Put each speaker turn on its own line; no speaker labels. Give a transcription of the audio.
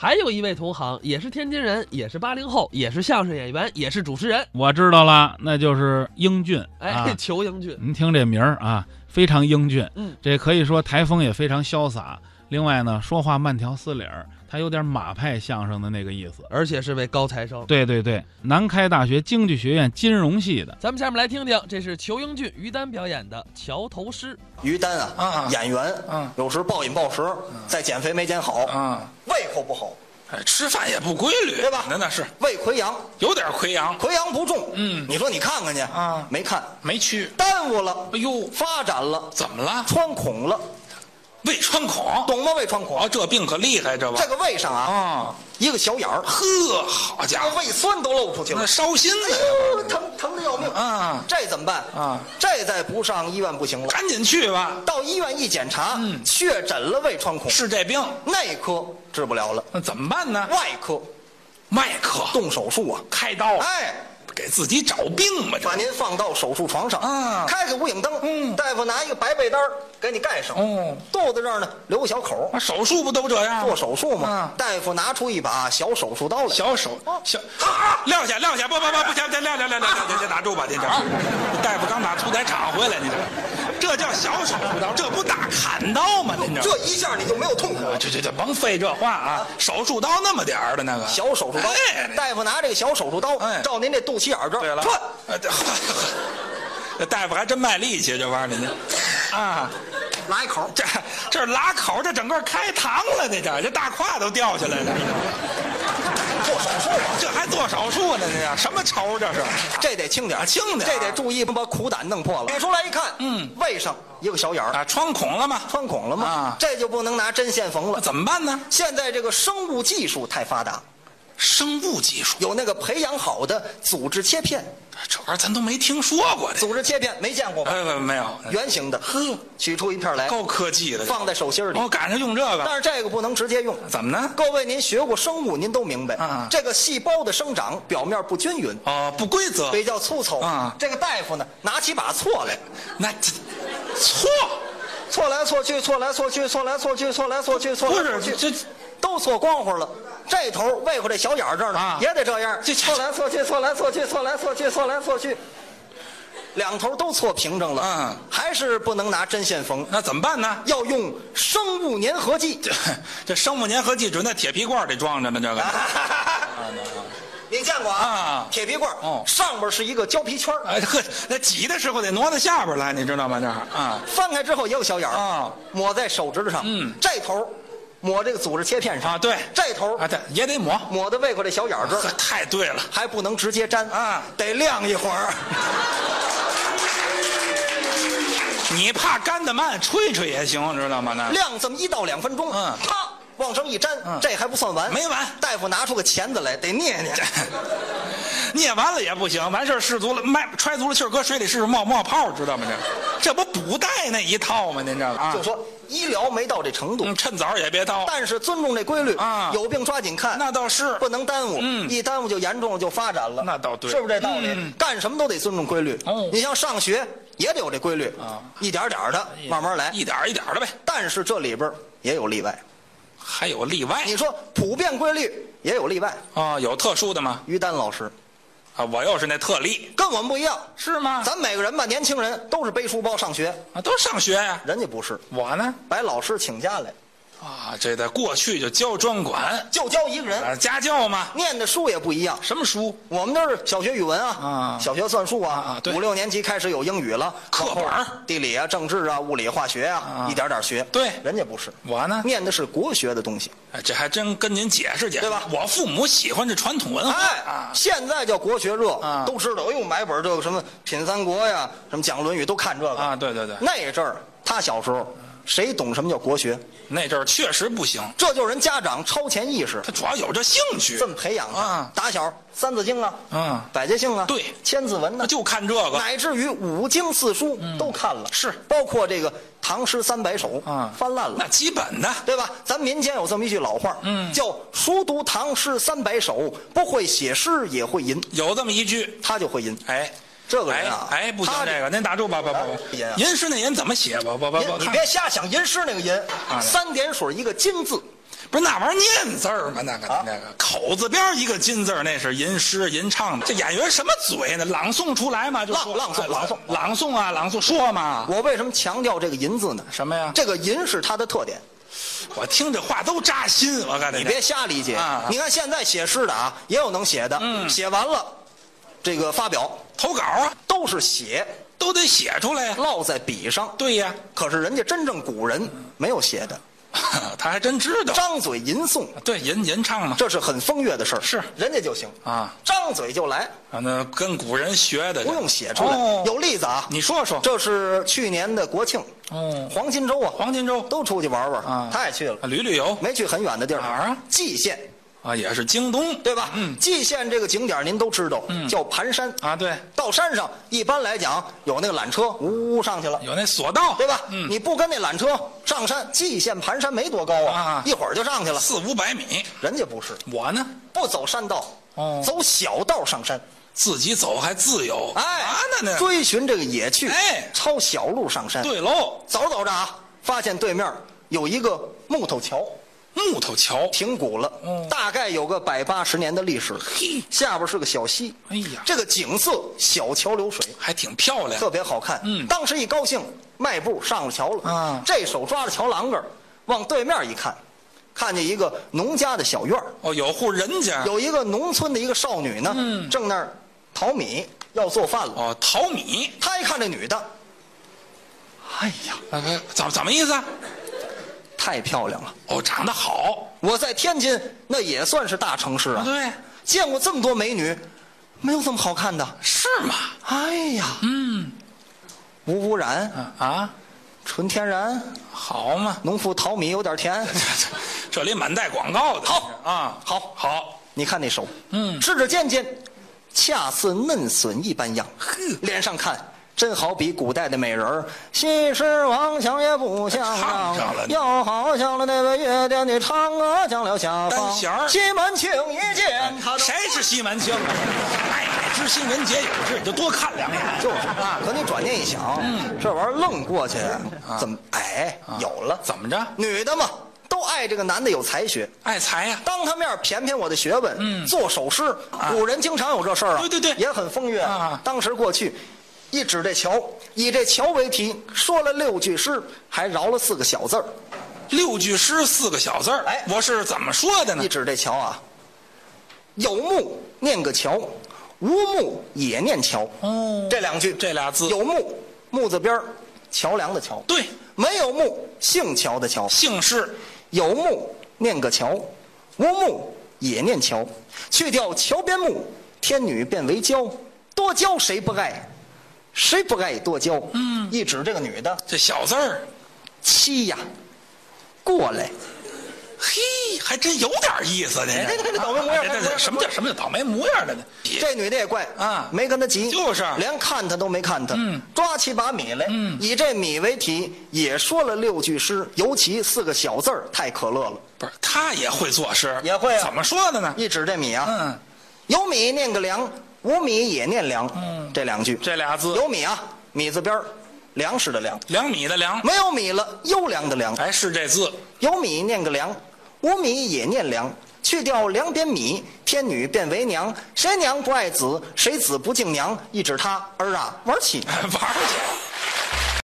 还有一位同行，也是天津人，也是八零后，也是相声演员，也是主持人。
我知道了，那就是英俊。
哎，
啊
裘英俊，
您听这名儿啊，非常英俊。
嗯，
这可以说台风也非常潇洒。另外呢，说话慢条斯理儿，他有点马派相声的那个意思。
而且是位高材生。
对对对，南开大学经济学院金融系的。
咱们下面来听听，这是裘英俊、于丹表演的《桥头诗》。
于丹啊，
啊
演员，
嗯
有时暴饮暴食，再减肥没减好，
啊，
胃口不好，
哎，吃饭也不规律，
对吧
那那是
胃溃疡，
有点溃疡，
溃疡不重，
嗯
你说你看看去
啊
没看，
没去。
耽误了，
哎呦，
发展了，
怎么了？
穿孔了，
胃穿孔。
懂吗？胃穿孔，
哦，这病可厉害，这吧
这？个胃上啊，
啊，
一个小眼儿，
呵，好家伙，
胃酸都露出去了
那，烧心
哎
呢，
呦，疼疼的要命
啊
这怎么办
啊？
这再不上医院不行了，
赶紧去吧。
到医院一检查，
嗯
确诊了胃穿孔，
是这病，
内科治不了了，
那怎么办呢？
外科
外科
动手术啊，
开刀，
哎。
给自己找病吧，这
把您放到手术床上，
啊
开个无影灯，
嗯
大夫拿一个白被单儿给你盖上，
哦
肚子这儿呢留个小口
啊，手术不都这样？
做手术嘛。
啊
大夫拿出一把小手术刀来，
小手小撂下撂下，不不不不行，这撂下撂下撂下，先打住吧，您这大夫刚打屠宰场回来，您这这叫小手术刀，这不打砍刀吗？您这
这一下你就没有痛苦了。
啊这这这甭费这话啊，手术刀那么点儿的那个
小手术刀
哎，
大夫拿这个小手术刀
哎
照您这肚脐眼儿这
对
儿
了
穿，，
呃这这大夫还真卖力气，这玩意儿您这啊。
拉一口，
这这拉口，这整个开膛了，这这这大胯都掉下来了，
做手术啊嘛，
这还做手术呢？这叫什么仇？这是
这得轻点儿，
轻点儿
这得注意，甭把苦胆弄破了。取出来一看，
嗯，
胃上一个小眼儿
啊，穿孔了吗？
穿孔了嘛
啊，
这就不能拿针线缝
那
了。
怎么办呢？
现在这个生物技术太发达，
生物技术，
有那个培养好的组织切片，
这玩意儿咱都没听说过这。
组织切片没见过吧？
哎，不没有，
圆形的，
呵，
取出一片来，
高科技的，
放在手心里
我。赶上用这
但
个，
是这个不能直接用。
怎么呢？
各位，您学过生物，您都明白，
啊
这个细胞的生长表面不均匀，
哦，不规则，
比较粗糙。
啊
这个大夫呢，拿起把锉来，
那这错，
锉来锉去，锉来锉去，锉来锉去，锉来锉去，锉
不
来
是
锉去，
这
都锉光乎了。这头胃口这小眼儿这儿呢，
啊
也得这样，
这
锉来锉去，锉来锉去，锉来锉去，锉来锉去，两头都锉平整了，
嗯
还是不能拿针线缝。
那怎么办呢？
要用生物粘合剂。
这这生物粘合剂准在铁皮罐里装着呢，这个。
你见过啊
啊？
铁皮罐儿
哦
上边是一个胶皮圈儿
哎呵，那挤的时候得挪到下边来，你知道吗？这儿啊，
翻开之后也有小眼儿
啊
抹在手指头上。
嗯
这头儿抹这个组织切片上
啊对
这头
啊，
儿
对，也得抹。
抹的胃口这小眼儿这
呵
儿，
太对了，
还不能直接粘
啊
得晾一会儿。
你怕干得慢，吹吹也行，知道吗？那
晾这么一到两分钟，
嗯
啪往上一粘，
嗯
这还不算完，
没完
大夫拿出个钳子来，得捏捏。
捏完了也不行，完事儿试足了，卖揣足了气儿，搁水里试试冒冒泡，知道吗？这这不补带那一套吗？您这个啊
就，说医疗没到这程度，
嗯，趁早也别掏，
但是尊重这规律
啊
有病抓紧看。
那倒是
不能耽误，
嗯
一耽误就严重了，就发展了，
那倒对
是不是这道理？
嗯
干什么都得尊重规律。
哦
你像上学也得有这规律
啊，
一点儿点儿的慢慢来。
一点儿一点儿的呗。
但是这里边儿也有例外，
还有例外
你说普遍规律也有例外。
啊，有特殊的吗？
于丹老师
啊，我又是那特例，
跟我们不一样，
是吗
咱每个人吧，年轻人都是背书包上学，
啊，都上学呀、
人家不是，
我呢
把老师请假来，
啊，这在过去就教专管
就教一个人，
啊，家教嘛，
念的书也不一样。
什么书？
我们那是小学语文啊，
啊
小学算术
啊
啊
啊，对
五六年级开始有英语了，
课本儿
往后地理啊、政治啊、物理、化学啊，
啊
一点点学。
对
人家不是，
我呢？
念的是国学的东西。
哎这还真跟您解释解释，
对吧
我父母喜欢这传统文化
哎
啊，，
现在叫国学热
啊，
都知道。哎呦，买本这个什么《品三国》呀，什么讲《论语》，都看这个。
啊，对对对，
那阵儿他小时候，谁懂什么叫国学？
那阵儿确实不行，
这就是人家长超前意识
他主要有这兴趣
这，么培养的
啊。
打小《三字经》啊，
嗯
百家姓》啊，
对
千字文呢
那，就看这个。嗯
乃至于五经四书都看了，
是
包括这个《唐诗三百首》
啊
翻烂
那
了，
基本的，
对吧？咱民间有这么一句老话，嗯，叫“熟读唐诗三百首，不会写诗也会吟
有这么一句”，，
他就会吟。
哎，
这个人啊
哎，哎不
他
行，
这
这个您打住吧，不不
不行啊
不，吟诗那吟怎么写吧？不不
您
不，
你
看
别瞎想吟诗那个吟，
啊
三点水一个金字，
不是那玩意儿念字儿吗？那个、
啊
那个口字边一个金字儿，那是吟诗吟唱的。这演员什么嘴呢？朗诵出来嘛？就说
朗朗诵
哎
朗诵
朗诵啊，朗诵说嘛？
我为什么强调这个“银”字呢？
什么呀？
这个“银”是它的特点，
我听这话都扎心，我告诉你
你别瞎理解
啊。嗯
你看现在写诗的啊，也有能写的，写完了，这个发表
投稿啊，
都是写
都得写出来呀、啊
落在笔上。
对呀、
可是人家真正古人没有写的，
他还真知道。
张嘴吟诵，
对，吟吟唱嘛，
这是很风月的事儿。
是
人家就行
啊，
张嘴就来，
啊，那跟古人学的，
不用写出来。
哦
有例子啊，
你说说，
这是去年的国庆，
哦，
黄金周啊，
黄金周
都嗯出去玩玩
啊
他也去了
啊，，旅旅游
没去很远的地儿，
哪儿啊
蓟县，
啊，也是京东
对吧？
嗯
蓟县这个景点您都知道，叫盘山。
啊，对，
到山上，一般来讲有那个缆车，呜呜上去了。
有那索道，
对吧？
嗯，
你不跟那缆车上山，蓟县盘山没多高啊
啊，
一会儿就上去了。
四五百米，
人家不是，
我呢
不走山道，
哦
走小道上山。
自己走还自由，
哎，
啊那那
追寻这个野趣，
哎
抄小路上山。，
对喽，
走着走着啊，发现对面有一个木头桥，
木头桥，
挺古了，大概有个百八十年的历史。
哦嘿，
下边是个小溪，
哎呀，
这个景色小桥流水，
还挺漂亮
特，别好看。
嗯
当时一高兴，迈步上了桥了。
啊
这手抓着桥栏杆儿，往对面一看，看见一个农家的小院儿
哦，有户人家，
有一个农村的一个少女呢，
嗯
正那儿淘米要做饭了。
哦，淘米，
他一看这女的，哎呀，
啊啊怎怎么意思啊？
太漂亮了！
哦，长得好，
我在天津那也算是大城市啊，
对，
见过这么多美女，没有这么好看的。
是吗？
哎呀，嗯，无污染，
啊啊，
纯天然，
好嘛，
农夫淘米有点甜。
这里满带广告的，
好
啊，
好
好，
你看那手，
嗯
指指尖尖，恰似嫩笋一般样。脸上看，真好比古代的美人儿。西施王想也不像
唱上
样
了，呢
又好像了那个月亮的嫦娥降了下
单
方。
弦儿
西门庆一见他都
谁是西门庆 啊？爱乃知新人皆有之，你就多看两眼。
就是啊，可你转念一想，
嗯
这玩意儿愣过去，怎么哎有了？
怎么着？
女的嘛，都爱这个男的有才学。
爱财呀、
当他面谝谝我的学问，
嗯
做首诗，古人经常有这事儿啊，
对对对
也很风月
啊
当时过去，一指这桥，以这桥为题，说了六句诗，还饶了四个小字儿。
六句诗，四个小字儿。
哎
我是怎么说的呢
一？指这桥啊，有木念个桥，无木也念桥。
哦
这两句，
这俩字
有木木字边儿，桥梁的桥。
对，
没有木姓乔的乔，
姓氏
有木念个乔，无木也念乔，去掉桥边木，天女变为娇，多娇谁不爱？谁不爱多娇？嗯，一指这个女的，
这小字儿，
七呀，过来，
嘿，还真有点意思呢。
哎这这这 倒霉模样
这啊
倒霉
这
模
这
样
什么叫什么叫倒霉模样的呢？
这女的也怪
啊
没跟她急，
就是
连看她都没看她，嗯，抓起把米来，嗯，以这米为题，也说了六句诗，尤其四个小字儿太可乐了，
不是，他也会作诗，
也会啊
怎么说的呢？
一指这米啊，
嗯，
有米念个粮，无米也念粮。嗯，这两句，
这俩字，
有米啊，米字边儿，粮食的粮；
两米的两，
没有米了，优良的良。
哎，是这字，
有米念个粮，无米也念粮。去掉粮边米，天女变为娘。谁娘不爱子，谁子不敬娘。一指他儿啊，玩起。
玩儿去。